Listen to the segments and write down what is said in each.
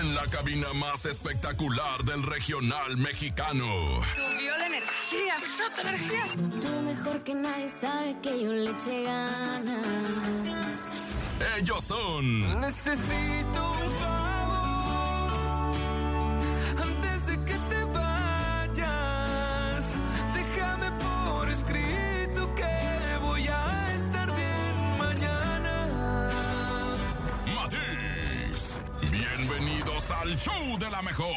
En la cabina más espectacular del regional mexicano. Subió la energía, shot de energía. Tú mejor que nadie sabe que yo le eché ganas. Ellos son Necesito un favor antes de que te vayas. Déjame por escrito que voy a estar bien mañana. Matiz. Bienvenidos al show de la mejor.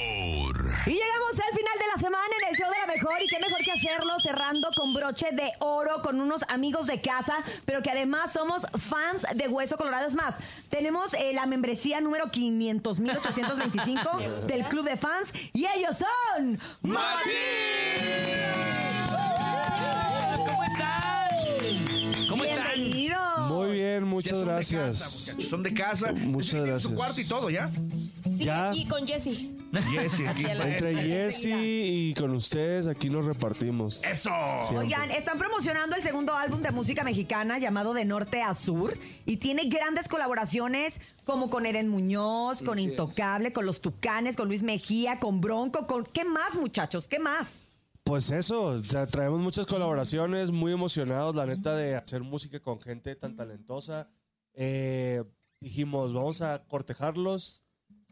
Y llegamos al final de la semana en el show de la mejor y qué mejor que hacerlo cerrando con broche de oro con unos amigos de casa, pero que además somos fans de Hueso Colorado. Es más, tenemos eh, la membresía número 500.825 del Club de Fans y ellos son... ¿Cómo están? ¿Cómo están? ¡Bienvenidos! Muy bien, Ya muchas son de gracias. casa, muchachos, son de casa. Muchas Sí, tienen gracias. Su cuarto y todo, ¿ya? Sí, Ya. aquí con Jesse. Jessy, aquí. Entre Jesse y con ustedes aquí nos repartimos. ¡Eso! Siempre. Oigan, están promocionando el segundo álbum de música mexicana llamado De Norte a Sur y tiene grandes colaboraciones como con Eren Muñoz, con Intocable, con Los Tucanes, con Luis Mejía, con Bronco, con... ¿Qué más, muchachos? ¿Qué más? Pues eso, tra- traemos muchas colaboraciones, muy emocionados, la neta, de hacer música con gente tan talentosa. Eh, dijimos, vamos a cortejarlos,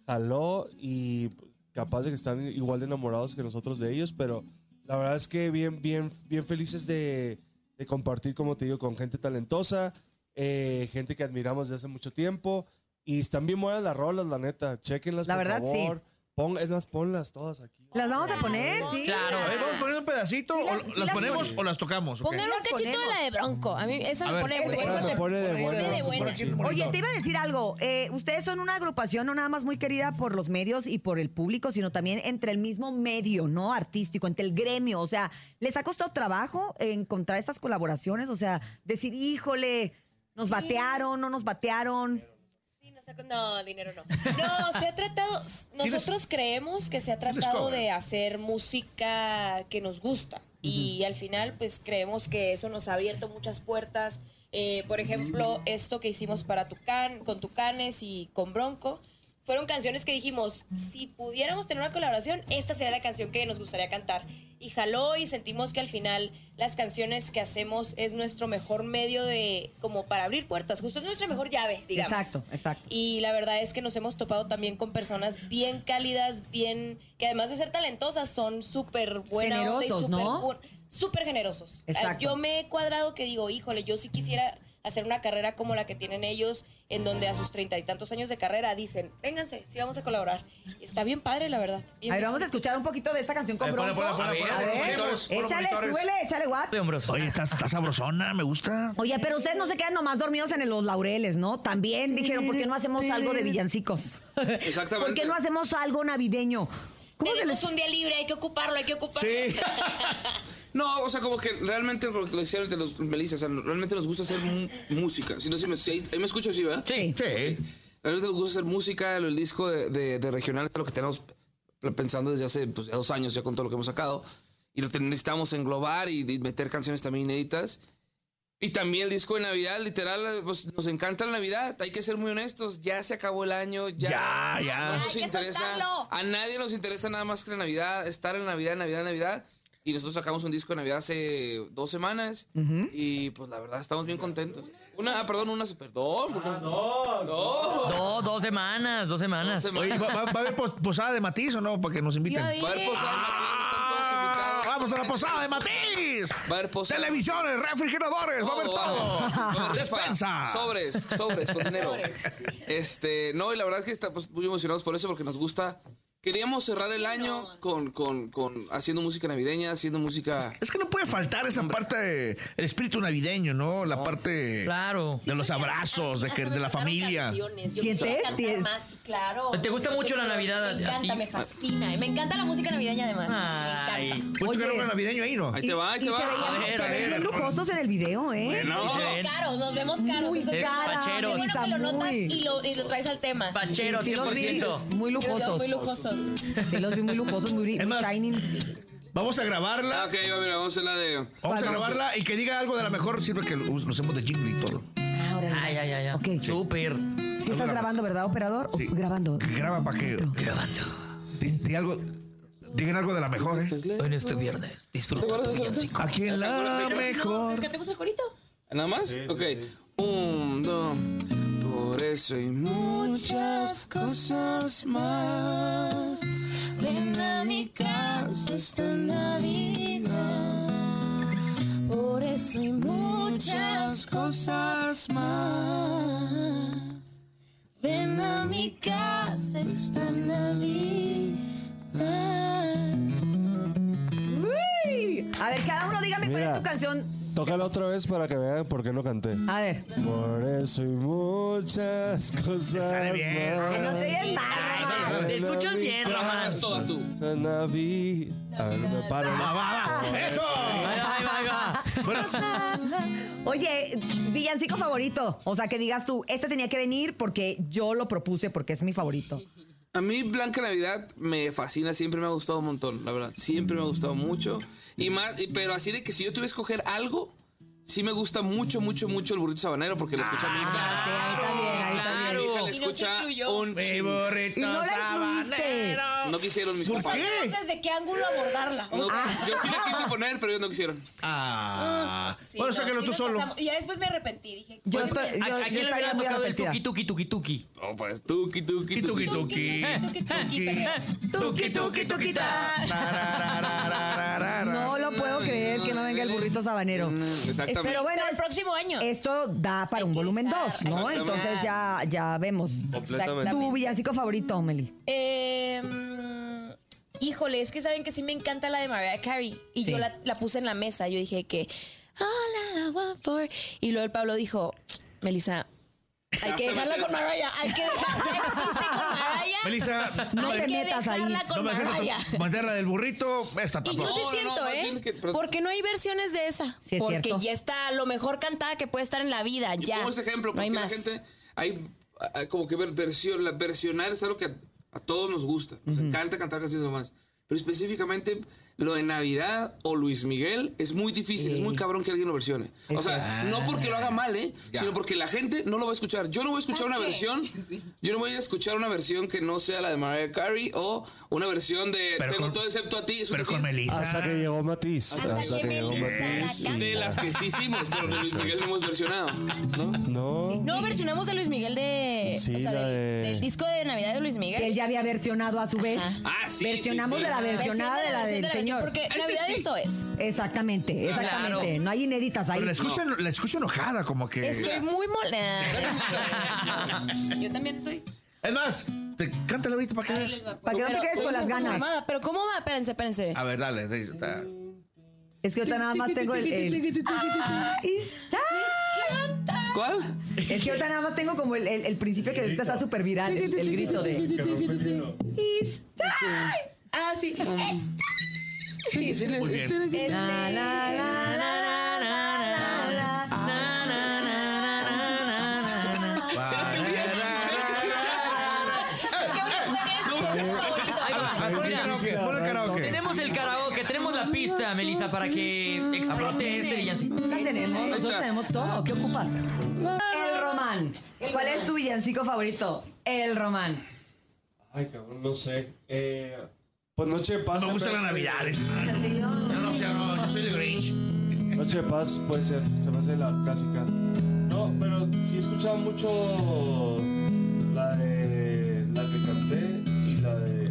jaló y capaz de que están igual de enamorados que nosotros de ellos, pero la verdad es que bien, bien, bien felices de, de compartir, como te digo, con gente talentosa, eh, gente que admiramos desde hace mucho tiempo. Y están bien buenas las rolas, la neta. Chequenlas, La por verdad, sí. favor. Pon, es más, ponlas todas aquí. ¿Las vamos a poner? Sí. Claro, A ver, vamos a poner un pedacito, o las- sí las las ponemos ponen. o las tocamos. ok. Pongan un Las cachito de la de Bronco. A mí esa A me ver, pone esa Esa buena. me pone de de buenas. buenas. Martín. Oye, te iba a decir algo. Eh, ustedes son una agrupación no nada más muy querida por los medios y por el público, sino también entre el mismo medio, ¿no? Artístico, entre el gremio. O sea, ¿les ha costado trabajo encontrar estas colaboraciones? O sea, decir, híjole, nos batearon, no nos batearon. Sí, no, saco- no, dinero no. No, se ha tratado, nosotros creemos que se ha les tratado cobran. de hacer música que nos gusta y al final pues creemos que eso nos ha abierto muchas puertas. Eh, por ejemplo, esto que hicimos para Tucán, con Tucanes y con Bronco, fueron canciones que dijimos, si pudiéramos tener una colaboración, esta sería la canción que nos gustaría cantar. Y jaló y sentimos que al final las canciones que hacemos es nuestro mejor medio de, como para abrir puertas, justo es nuestra mejor llave, digamos. Exacto, exacto. Y la verdad es que nos hemos topado también con personas bien cálidas, bien que además de ser talentosas son súper buenas, Generosos, ¿no? Súper generosos. Exacto. Ah, Yo me he cuadrado que digo, híjole, yo sí quisiera hacer una carrera como la que tienen ellos, en donde a sus treinta y tantos años de carrera dicen, vénganse, sí vamos a colaborar. Y Está bien padre, la verdad. Bien A ver, padre. vamos a escuchar un poquito de esta canción con Eh, ponla, Bronco. ponla, ponla, A ponla, ver, ponla, monitores, ponla, Échale, monitores. súbele, échale guapo. De hombros. Oye, está, está sabrosona, me gusta. Oye, pero ustedes no se quedan nomás dormidos en los laureles, ¿no? También dijeron, ¿por qué no hacemos algo de villancicos? Exactamente. ¿Por qué no hacemos algo navideño? ¿Cómo se Tenemos les un día libre, hay que ocuparlo, hay que ocuparlo. Sí. No, o sea, como que realmente, porque lo hicieron de los Melissa, o sea, realmente nos gusta hacer mu- música. Si no, si me, si ahí, ahí me escucho, sí, ¿verdad? Sí. Sí. Realmente nos gusta hacer música, el disco de, de, de regional es lo que tenemos pensando desde hace pues, ya dos años, ya con todo lo que hemos sacado. Y lo ten- necesitamos englobar y, y meter canciones también inéditas. Y también el disco de Navidad, literal, pues, nos encanta la Navidad. Hay que ser muy honestos, ya se acabó el año, ya. Ya, ya. no Hay nos que soltarlo. interesa. A nadie nos interesa nada más que la Navidad, estar en Navidad, Navidad, Navidad. Y nosotros sacamos un disco de Navidad hace dos semanas. Y pues la verdad, estamos bien contentos. Una, ah, perdón, una, perdón. no, no. Dos, dos semanas, dos Una semanas. semana. Oye, ¿va, va- va a haber pos- posada de Matiz o no? Para que nos inviten. Ya vi. Va a haber posada, Matiz, están todos invitados. Ah, ¡Vamos a la posada de Matiz! Va a haber posada. Oh, Televisiones, refrigeradores, va a haber va a haber todo. rifa, Despensa. Sobres, sobres, con dinero. Sobres. Este, no, y la verdad es que estamos muy emocionados por eso porque nos gusta. Queríamos cerrar el año con, con, con haciendo música navideña, haciendo música. Es que no puede faltar esa parte, el espíritu navideño, ¿no? Oh. La parte Claro. de los abrazos, de, que, Hasta me de la gustaron familia. canciones. Yo ¿Sientes? quisiera cantar ¿Tienes? más, claro. ¿Te gusta mucho la Navidad a Me encanta, ti? me fascina. Me encanta la música navideña además. Ay. Me encanta. Puedes tocar Oye. algo navideño ahí, ¿no? Ahí te va, ahí y te va. se A veían, ver, se a veían ver. bien lujosos en el video, ¿eh? Bueno. Nos vemos caros, nos vemos caros. Muy eso es- cara, Qué facheros. bueno que lo notas Muy. y lo, y lo traes al tema. Pachero, Sí, los vi 100%. muy Los veo lujosos. Muy lujosos. Sí, los vi muy lujosos, muy Es más, shining. Vamos a Ah, grabarla. ok, va, mira, vamos a hacer la de. Vamos a Vale. grabarla y que diga algo de la mejor sirve que lo usemos de jingle y todo. Ah, órale. Ay, ay, ay, ay. Ok. Súper. Sí estás grabando, ¿verdad, operador? Sí. Grabando. Graba para que. Grabando. Di, di algo. Digan algo de la mejor, ¿eh? Hoy es tu viernes. Disfruta tu villancico. Aquí en la No, mejor. cantemos el corito. ¿Nada más? ok. Un, dos. Por eso hay muchas cosas más. Ven a mi casa esta Navidad. Por eso hay muchas cosas más. Ven a mi casa esta Navidad. Uy. A ver, cada uno dígame cuál es Mira. tu canción. Tócala otra vez para que vean por qué no canté. A ver. Por eso hay muchas cosas sale bien, más. Que no te oyes mal, Román. Ay, Te escuchas bien, Román. Toda tú. Esa Navidad. A ver, no me paro, no. Ahí va, ahí va, ahí va. Oye, villancico favorito. O sea, que digas tú, este tenía que venir porque yo lo propuse, porque es mi favorito. A mí Blanca Navidad me fascina, siempre me ha gustado un montón, la verdad. Siempre me ha gustado mucho. Y más, y- pero así de que si yo tuviera que escoger algo, sí me gusta mucho, mucho, mucho el burrito sabanero porque lo escucha mi hija. Sí, Ah, ahí también, ahí también. Mi hija le Y no se escucha incluyó. un Mi chingo. burrito Y no la incluiste. sabanero. No quisieron mis ¿Por papás. qué? ¿Desde qué ángulo abordarla? O No, sea, Ah. yo sí la quise poner, pero ellos no quisieron. Ah. sí, bueno, no, sáquelo sí tú nos solo. pasamos. Y ya después me arrepentí. Dije, pues, Yo "Oye, estoy- ¿A, yo- a yo quién le estaría hubiera muy tocado el arrepentida. tuki, tuki, tuki, tuki? Oh, pues, tuki, tuki, tuki. Tuki, tuki. tuki, tuki, tuki, pero- Tuki, tuki, tuki, ta. No lo puedo creer que no venga el burrito sabanero. Mm, Exactamente. Pero bueno, Pero el próximo año. esto da para Hay un que volumen evitar, 2, hay ¿no? que evitar. Entonces ya, ya vemos. Completamente. Tu Exactamente. villancico favorito, Meli. Eh, mm, híjole, es que saben que sí me encanta la de Mariah Carey. Y Sí. yo la, la puse en la mesa. Yo dije que, hola, one for. Y luego el Pablo dijo, Melissa, hay que se dejarla metió. con Mariah. Hay que dejarla. Ya existe con Mariah. Melissa, no hay te que metas ahí. dejarla No con me Mariah. dejes mandar la del burrito. Esta Y yo tampoco. sí no, siento, más ¿eh? bien que- pero- Porque no hay versiones de esa. Sí, es porque cierto. ya está lo mejor cantada que puede estar en la vida. Yo ya. pongo ese ejemplo no porque hay la más. gente hay, hay como que ver- versión, la versionar es algo que a, a todos nos gusta. Nos encanta cantar canciones nomás. Pero específicamente lo de Navidad o Luis Miguel es muy difícil, es muy cabrón que alguien lo versione. O sea, no porque lo haga mal, ¿eh? sino porque la gente no lo va a escuchar. Yo no voy a escuchar una Ah, qué? versión, yo no voy a ir a escuchar una versión que no sea la de Mariah Carey o una versión de Pero Tengo con- todo excepto a ti. Es un Pero con decir, Melissa. Hasta que llegó Matiz. Hasta que Melissa la de las que sí hicimos, pero de Luis Miguel no hemos versionado, ¿no? No. No, versionamos de Luis Miguel de. Sí, o sea, la del, de- del disco de Navidad de Luis Miguel. Que él ya había versionado a su vez. Ah, sí, sí, Versionamos sí. de la versionada de la versión del versión, señor. Porque Ese Navidad sí. eso es. Exactamente, exactamente. No hay inéditas ahí. Pero la escucho, la escucho enojada, como que. Estoy muy molesta. Yo también soy. Es más, te, cántala ahorita para que Ahí veas. les va, pues. Para que no te Pero- quedes con las ganas. Mamada, Pero ¿cómo va? Espérense, espérense. A ver, dale. sí, está. Es que ahorita nada más tengo el. el- Ahí está. Ah. ¿Cuál? Es que ahorita nada más tengo como el, el- el principio que ahorita está súper viral, el, el grito de. It's time. Ah, sí. Muy bien. Este- La, la, la, la, la, la, la. Ponle karaoke, ponle karaoke. Tenemos el karaoke, tenemos la pista, Melissa, para que explote este villancico. Ya tenemos, nosotros está. tenemos todo. ¿Qué ocupas? El román. ¿Cuál es tu villancico favorito? El román. Ay, cabrón, no sé. Eh, pues Noche de Paz. No me se gustan me las hace- navidades. No, no, no, yo soy de Grinch. Noche de Paz puede ser, se me hace la clásica. No, pero sí he escuchado mucho la de la que canté y la de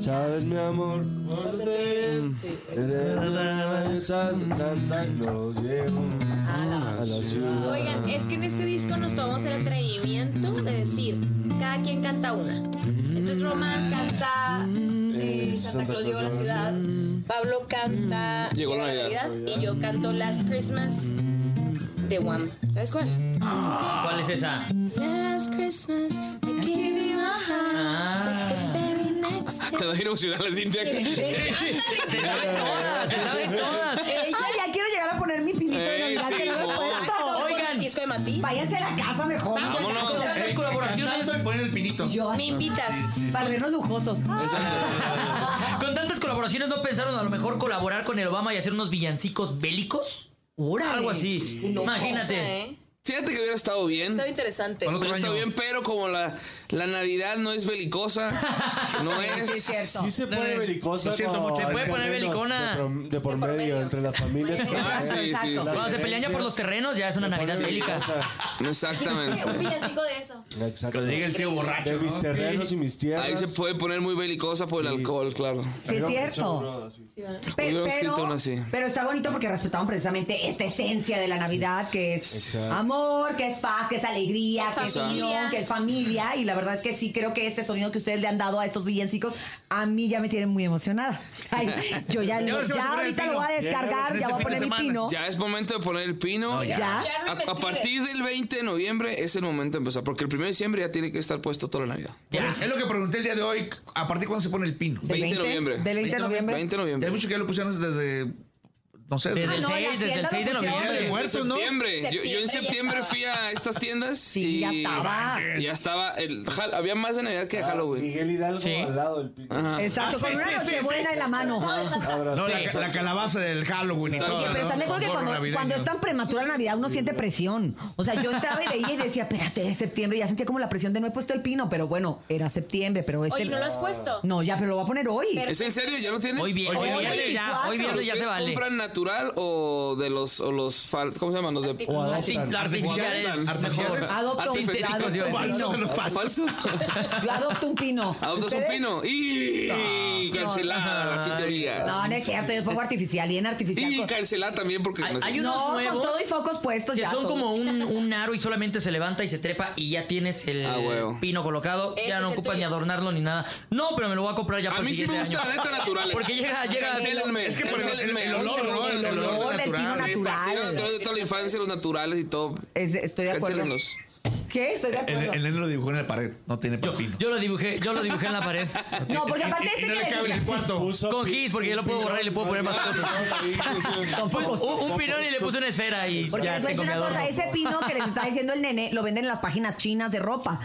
Sabes mi amor, guárdate. De esas Santa Claus llegó a la ciudad. Oigan, es que en este disco nos tomamos el atrevimiento de decir, cada quien canta una. Entonces Román canta eh, Eh, Santa Claus llegó a la Claus, ciudad, Pablo canta Llegó la Navidad. y yo canto Last Christmas de One. ¿Sabes cuál? ¿Cuál es esa? Last Christmas, I gave you my heart. The Ah. very next Te doy emocional la Cintia. Se saben todas, se saben todas. Ay, Eh, ya quiero llegar a poner mi pinito de Ey, Navidad que no me sí, he no. puesto. Oigan, el disco de Matiz. Váyanse a la casa mejor. Vámonos. Tantas colaboraciones, Tanto de poner el pinito. Yo, Me invitas. barrenos lujosos. Ah, con tantas colaboraciones, ¿no pensaron a lo mejor colaborar con el Obama y hacer unos villancicos bélicos? Órale. Algo así. Cosa, Imagínate. ¿eh? Fíjate que hubiera estado bien. Estaba interesante. Bueno, Hubiera estado año. bien, pero como la, la Navidad no es belicosa, no es. Sí se pone No, belicosa. lo siento cuando mucho. hay Se puede poner términos belicona. De, prom- de por De por medio medio. entre las familias. Ah, Ah, Las sí, sí, Exacto. sí. Cuando se pelean ya por los terrenos, ya es una Navidad ponen bélica. belicosa. No exactamente. Un villancico de eso. Exacto. Cuando llega el tío borracho. De mis ¿no? terrenos y mis tierras. Ahí se puede poner muy belicosa por el Sí. alcohol, claro. Sí, es Habíamos cierto. hecho uno así. Sí, va. Pe- Hubiera pero, escrito una así. pero está bonito porque respetaron precisamente esta esencia de la Navidad, que es Exacto. amor, que es paz, que es alegría, que es Familia. unión, que es familia. Y la verdad es que sí creo que este sonido que ustedes le han dado a estos villancicos, a mí ya me tienen muy emocionada. Ay, yo ya, Ya lo- nos ya vamos a poner el ahorita lo pino. voy a Ya descargar, en ya voy ese a fin de poner mi semana. pino. Ya es momento de poner el pino. No, Ya. ya. Ya no A, a investigues. partir del 20 de noviembre es el momento de empezar, porque el 1 de diciembre ya tiene que estar puesto toda la Navidad. Ya, Es lo que pregunté el día de hoy. ¿A partir de cuándo se pone el pino? Del 20 de noviembre. Del 20 de noviembre. 20 de Ya noviembre. Hay muchos que ya lo pusieron desde. No sé. Desde Ah, el no, la 6, desde el hacienda 6 de lo pusieron noviembre. de En muertos, ¿no? septiembre. Yo, yo en Septiembre septiembre ya fui a estas tiendas Sí, y ya estaba. ya estaba el jal- había más de Navidad que de Ah, Halloween. Miguel Hidalgo Sí. al lado del pino. Ajá. Exacto, Ah, con sí, una sí, sí, nochebuena en la mano. No, Abrazado. la, la calabaza del Halloween y Exacto. todo. Oye, pero ¿no? estás de acuerdo Con que gorro cuando, navideño. cuando es tan prematura la Navidad uno siente presión. O sea, yo entraba y veía y decía, espérate, es septiembre. y Ya sentía como la presión de no he puesto el pino, pero bueno, era septiembre, pero este... Oye, ¿no lo has puesto? No, ya, pero lo voy a poner hoy. Pero- ¿Es en serio? ¿Ya lo tienes? Hoy bien, hoy Hoy viernes ya, 24. hoy viernes ya se ¿Ustedes vale. compran natural o de los o los fal- ¿cómo se llaman? Los de Artificial. O Sí, adoptan. la artificial Artificiales. es mejor. Artificiales. Adopta un Artificial. adopta un Artificial. pino. falso. Yo adopto un pino. Adoptas Ah, un ¿Ustedes? pino y cancelada la chintería. No, no es cierto, yo pongo artificial y en artificial. Y con- cancelada también porque Hay- no sé. hay unos no, nuevos con todo y focos puestos Que ya. son todo. como un, un aro y solamente se levanta y se trepa y ya tienes el Ah, huevo. pino colocado. Ese ya no es el ocupas ni tuyo. adornarlo ni nada. No, pero me lo voy a comprar ya A para mí el sí me siguiente gusta la año. neta naturales. Porque llega, llega. Cancélenme, Es que por el- cancélenme. el A mí sí me olor, ¿no? gusta El olor del pino Me natural. fascina el olor de toda la infancia, los naturales y todo. Es- estoy de acuerdo. Cancélenlos. ¿Qué? Estoy de El, acuerdo. el nene lo dibujó en la pared. No tiene para pino. Yo lo dibujé, yo lo dibujé en la pared. No, porque aparte Y- y este no que le cabe en decía- el cuarto. Puso Con pi- gis, porque yo lo puedo borrar y le puedo poner más cosas. Con focos. Un, un pirón y le puse una esfera y Pues, Porque ya les voy a tengo decir mi una adorno. cosa, ese pino que les está diciendo el nene lo venden en las páginas chinas de ropa.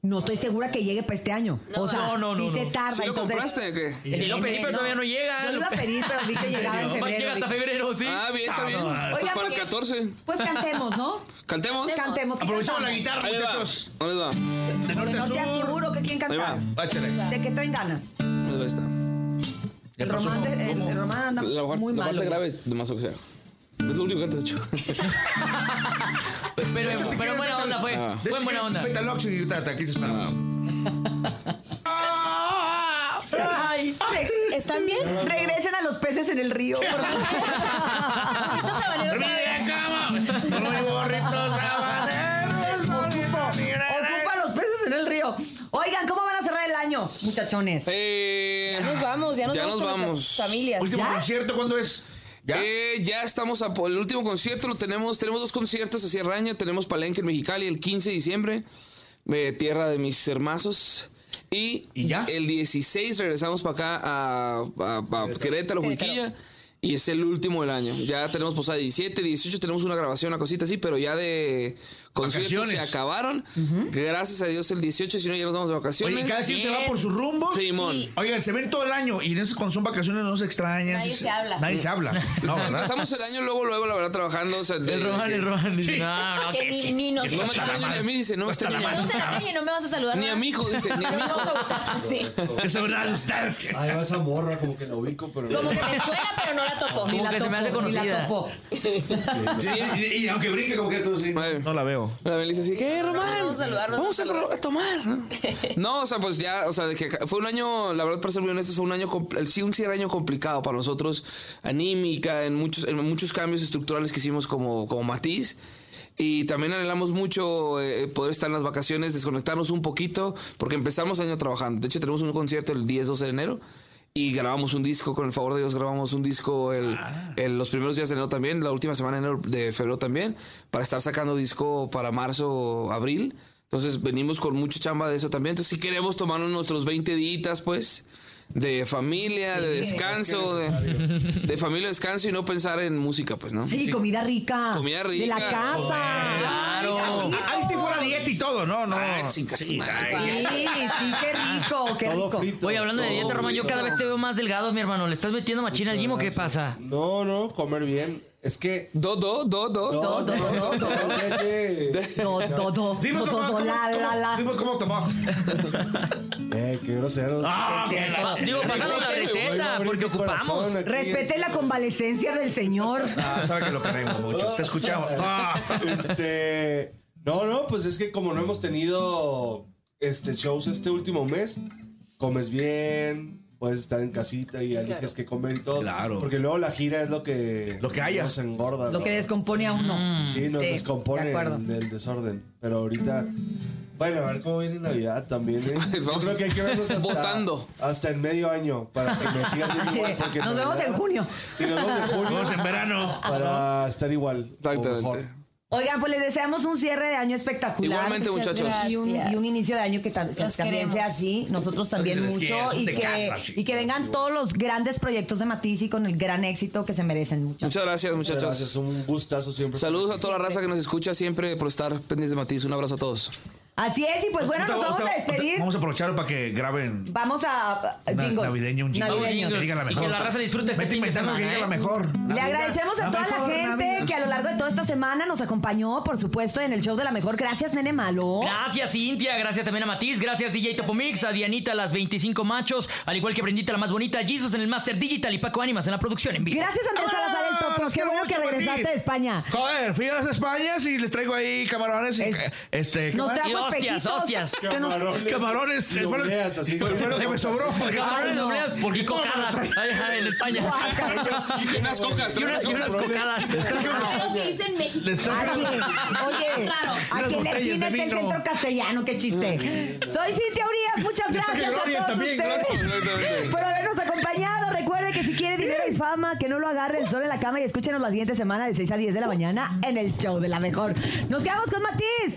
No estoy segura que llegue para este año. o sea, no, no, sí no, se no. tarda. ¿Sí lo Ah, entonces- compraste o qué? Sí, lo pedí, pero todavía no llega. Yo lo iba a pedir, pero vi que llegaba en febrero. Llega hasta dije, febrero, sí. Ah, bien, está bien. Pues Oigan, para el porque- 14. Pues cantemos, ¿no? ¿Cantemos? Cantemos. ¿qué Aprovechamos la cantamos? guitarra, Ahí les va. muchachos. Ahí les va. De De norte a norte a sur, sur. ¿o que quién Ahí cantar? va. Báchale. ¿De qué traen ganas? Ahí les va esta. El román, de- el, el román anda La mejor- muy la malo. parte grave, de más o que sea. Es lo único que antes he hecho. Pero, pero, si quieren, buena onda fue. Ah. Fue buena onda. Vete al Oxxo y ahorita aquí se esperamos. Ay. ¿Están bien? Regresen a los peces en el río. por favor. No se valieron otra vez. Muy gorritos, habaneros, gorritos, Ocupa los peces en el río. Oigan, ¿cómo van a cerrar el año, muchachones? Eh, Nos vamos, ya nos Ya vamos nos con vamos. nuestras familias. Último concierto, ¿cuándo es? ¿Ya? Eh, ya estamos a po- el último concierto lo tenemos tenemos dos conciertos a cierre año tenemos Palenque en Mexicali el 15 de diciembre eh, tierra de mis hermasos y, ¿Y ya? el 16 regresamos para acá a, a- a Querétaro Juliquilla y es el último del año ya tenemos posada 17 18 tenemos una grabación una cosita así pero ya de conciertos Vacaciones. se acabaron gracias a Dios el 18 si no ya nos vamos de vacaciones Oye, cada quien se va por su rumbo. Simón Sí. Oigan, se ven todo el año y en eso cuando son vacaciones no se extrañan. Nadie se habla. Nadie se habla. No, ¿verdad? Empezamos el año luego, luego, la verdad, trabajando. o sea, de- El Román, de- el Román. dice, No, no, Que qué ni, chi- ni nos No me extrañen a mí, dice, no me extrañen a mí. No se la calle, no me vas a saludar. Ni a ¿verdad? mi hijo, dice, ni a No mi me hijo. vas a gustar, sí. Eso es verdad de ustedes. Ah, Ahí va esa morra, como que la ubico, pero. Como que me suena, pero no la topo. Como que se me hace Y la conocida. topo. Sí, y, y aunque brinque como que tú sí. Ay. No la veo. La Belisa así, ¿qué, Román? vamos a saludarnos, Vamos a, vamos a ro- a tomar. ¿no? No, o sea, pues ya, o sea, de que fue un año, la verdad, para ser muy honestos, fue un año, compl- el- sí, un cierre año complicado para nosotros, anímica, en muchos, en muchos cambios estructurales que hicimos como, como matiz. Y también anhelamos mucho eh, poder estar en las vacaciones, desconectarnos un poquito, porque empezamos año trabajando. De hecho, tenemos un concierto el 10-12 de enero. Y grabamos un disco, con el favor de Dios, grabamos un disco el, el- los primeros días de enero también, la última semana de, enero- de febrero también, para estar sacando disco para marzo, abril. Entonces venimos con mucha chamba de eso también. Entonces, si queremos tomarnos nuestros 20 días, pues, de familia, de descanso, de, de familia, descanso y no pensar en música, pues, ¿no? Y comida rica. Comida De la rica. casa. Claro. Ahí sí fuera dieta y todo, no, no. Ah, chinga su Sí, madre. ay. Sí, sí, qué rico, qué Todo rico. frito. Oye, hablando de Todo dieta, Román, yo frito. cada vez te veo más delgado, mi hermano. ¿Le estás metiendo machina al gym o qué pasa? No, no, comer bien. Es que. Do, do, do, do. Do, do, do, do, do. Eh, Do, do, do. Dime do, cómo, do, cómo- la, la, la. dime cómo te va. qué grosero. Ah, mira. Pa- Digo, pasaron la receta porque ocupamos. Respete la convalecencia del señor. Ah, sabe que lo queremos mucho. Te escuchamos. Ah. Este. No, no, pues es que como no hemos tenido este shows este último mes, comes bien, puedes estar en casita y eliges qué comer y todo. Claro. Porque luego la gira es lo que. Lo que haya. Nos engorda. Lo ¿no? que descompone a uno. Sí, nos Sí, descompone de acuerdo. el, el desorden. Pero ahorita. Bueno, a ver cómo viene Navidad también. ¿eh? Yo creo que hay que vernos hasta, Votando. hasta en medio año para que me sigas viendo igual. Porque Nos vemos Navidad- en junio. Sí, nos vemos en junio. Vamos en verano. Para estar igual. o Exactamente. mejor. Oigan, pues les deseamos un cierre de año espectacular. Igualmente, Muchas muchachos. gracias. Y un, y un inicio de año que, tan- que Los también queremos. sea así, nosotros también les mucho, quiere, son y de que, casa, sí. y que vengan todos los grandes proyectos de Matiz y con el gran éxito que se merecen mucho. Muchas gracias, muchachos. Gracias, un gustazo siempre. Saludos a toda la raza que nos escucha siempre por estar pendientes de Matiz. Un abrazo a todos. Así es, y pues bueno, nos vamos a despedir. Vamos a aprovechar para que graben Vamos a... Na- jingles. navideño, un jingle. Navideños. Que Jingles. diga la Y mejor. que la raza disfrute este Vete fin de inventando que semana, diga la ¿eh? mejor. Le Navidad, agradecemos a toda la mejor gente Navidad. que a lo largo de toda esta semana nos acompañó, por supuesto, en el show de la mejor. Gracias, Nene Malo. Gracias Cintia, gracias también a Matiz, gracias DJ Topomix, a Dianita las 25 machos, al igual que Brendita la más bonita, Jesus en el Master Digital y Paco Ánimas en la producción en vivo. Gracias, Andrés Salazar el Topo. Ah, Los Qué quiero bueno que mucho, regresaste Matiz. de España. Joder, fui a las Españas y les traigo ahí camarones y Es- este ¿qué Nos más? Y trajo hostias, espejitos. hostias. que nos- camarones, eh, Y fue lo- obleas, así. fue fue lo que me sobró. Camarones no. dobleas y cocadas allá en España. Y unas cocas. Y unas, y unas cocadas. Pero se dice en México. Les traigo Oye, oye, Claro. ¿a Unas qué le botellas tiene de el vino. centro castellano? Qué chiste. Soy Cintia Urias, muchas gracias a todos ustedes por habernos acompañado. Recuerden que si quiere dinero y fama, que no lo agarre el sol en la cama y escúchenos la siguiente semana de 6 a 10 de la mañana en el show de la mejor. Nos quedamos con Matiz.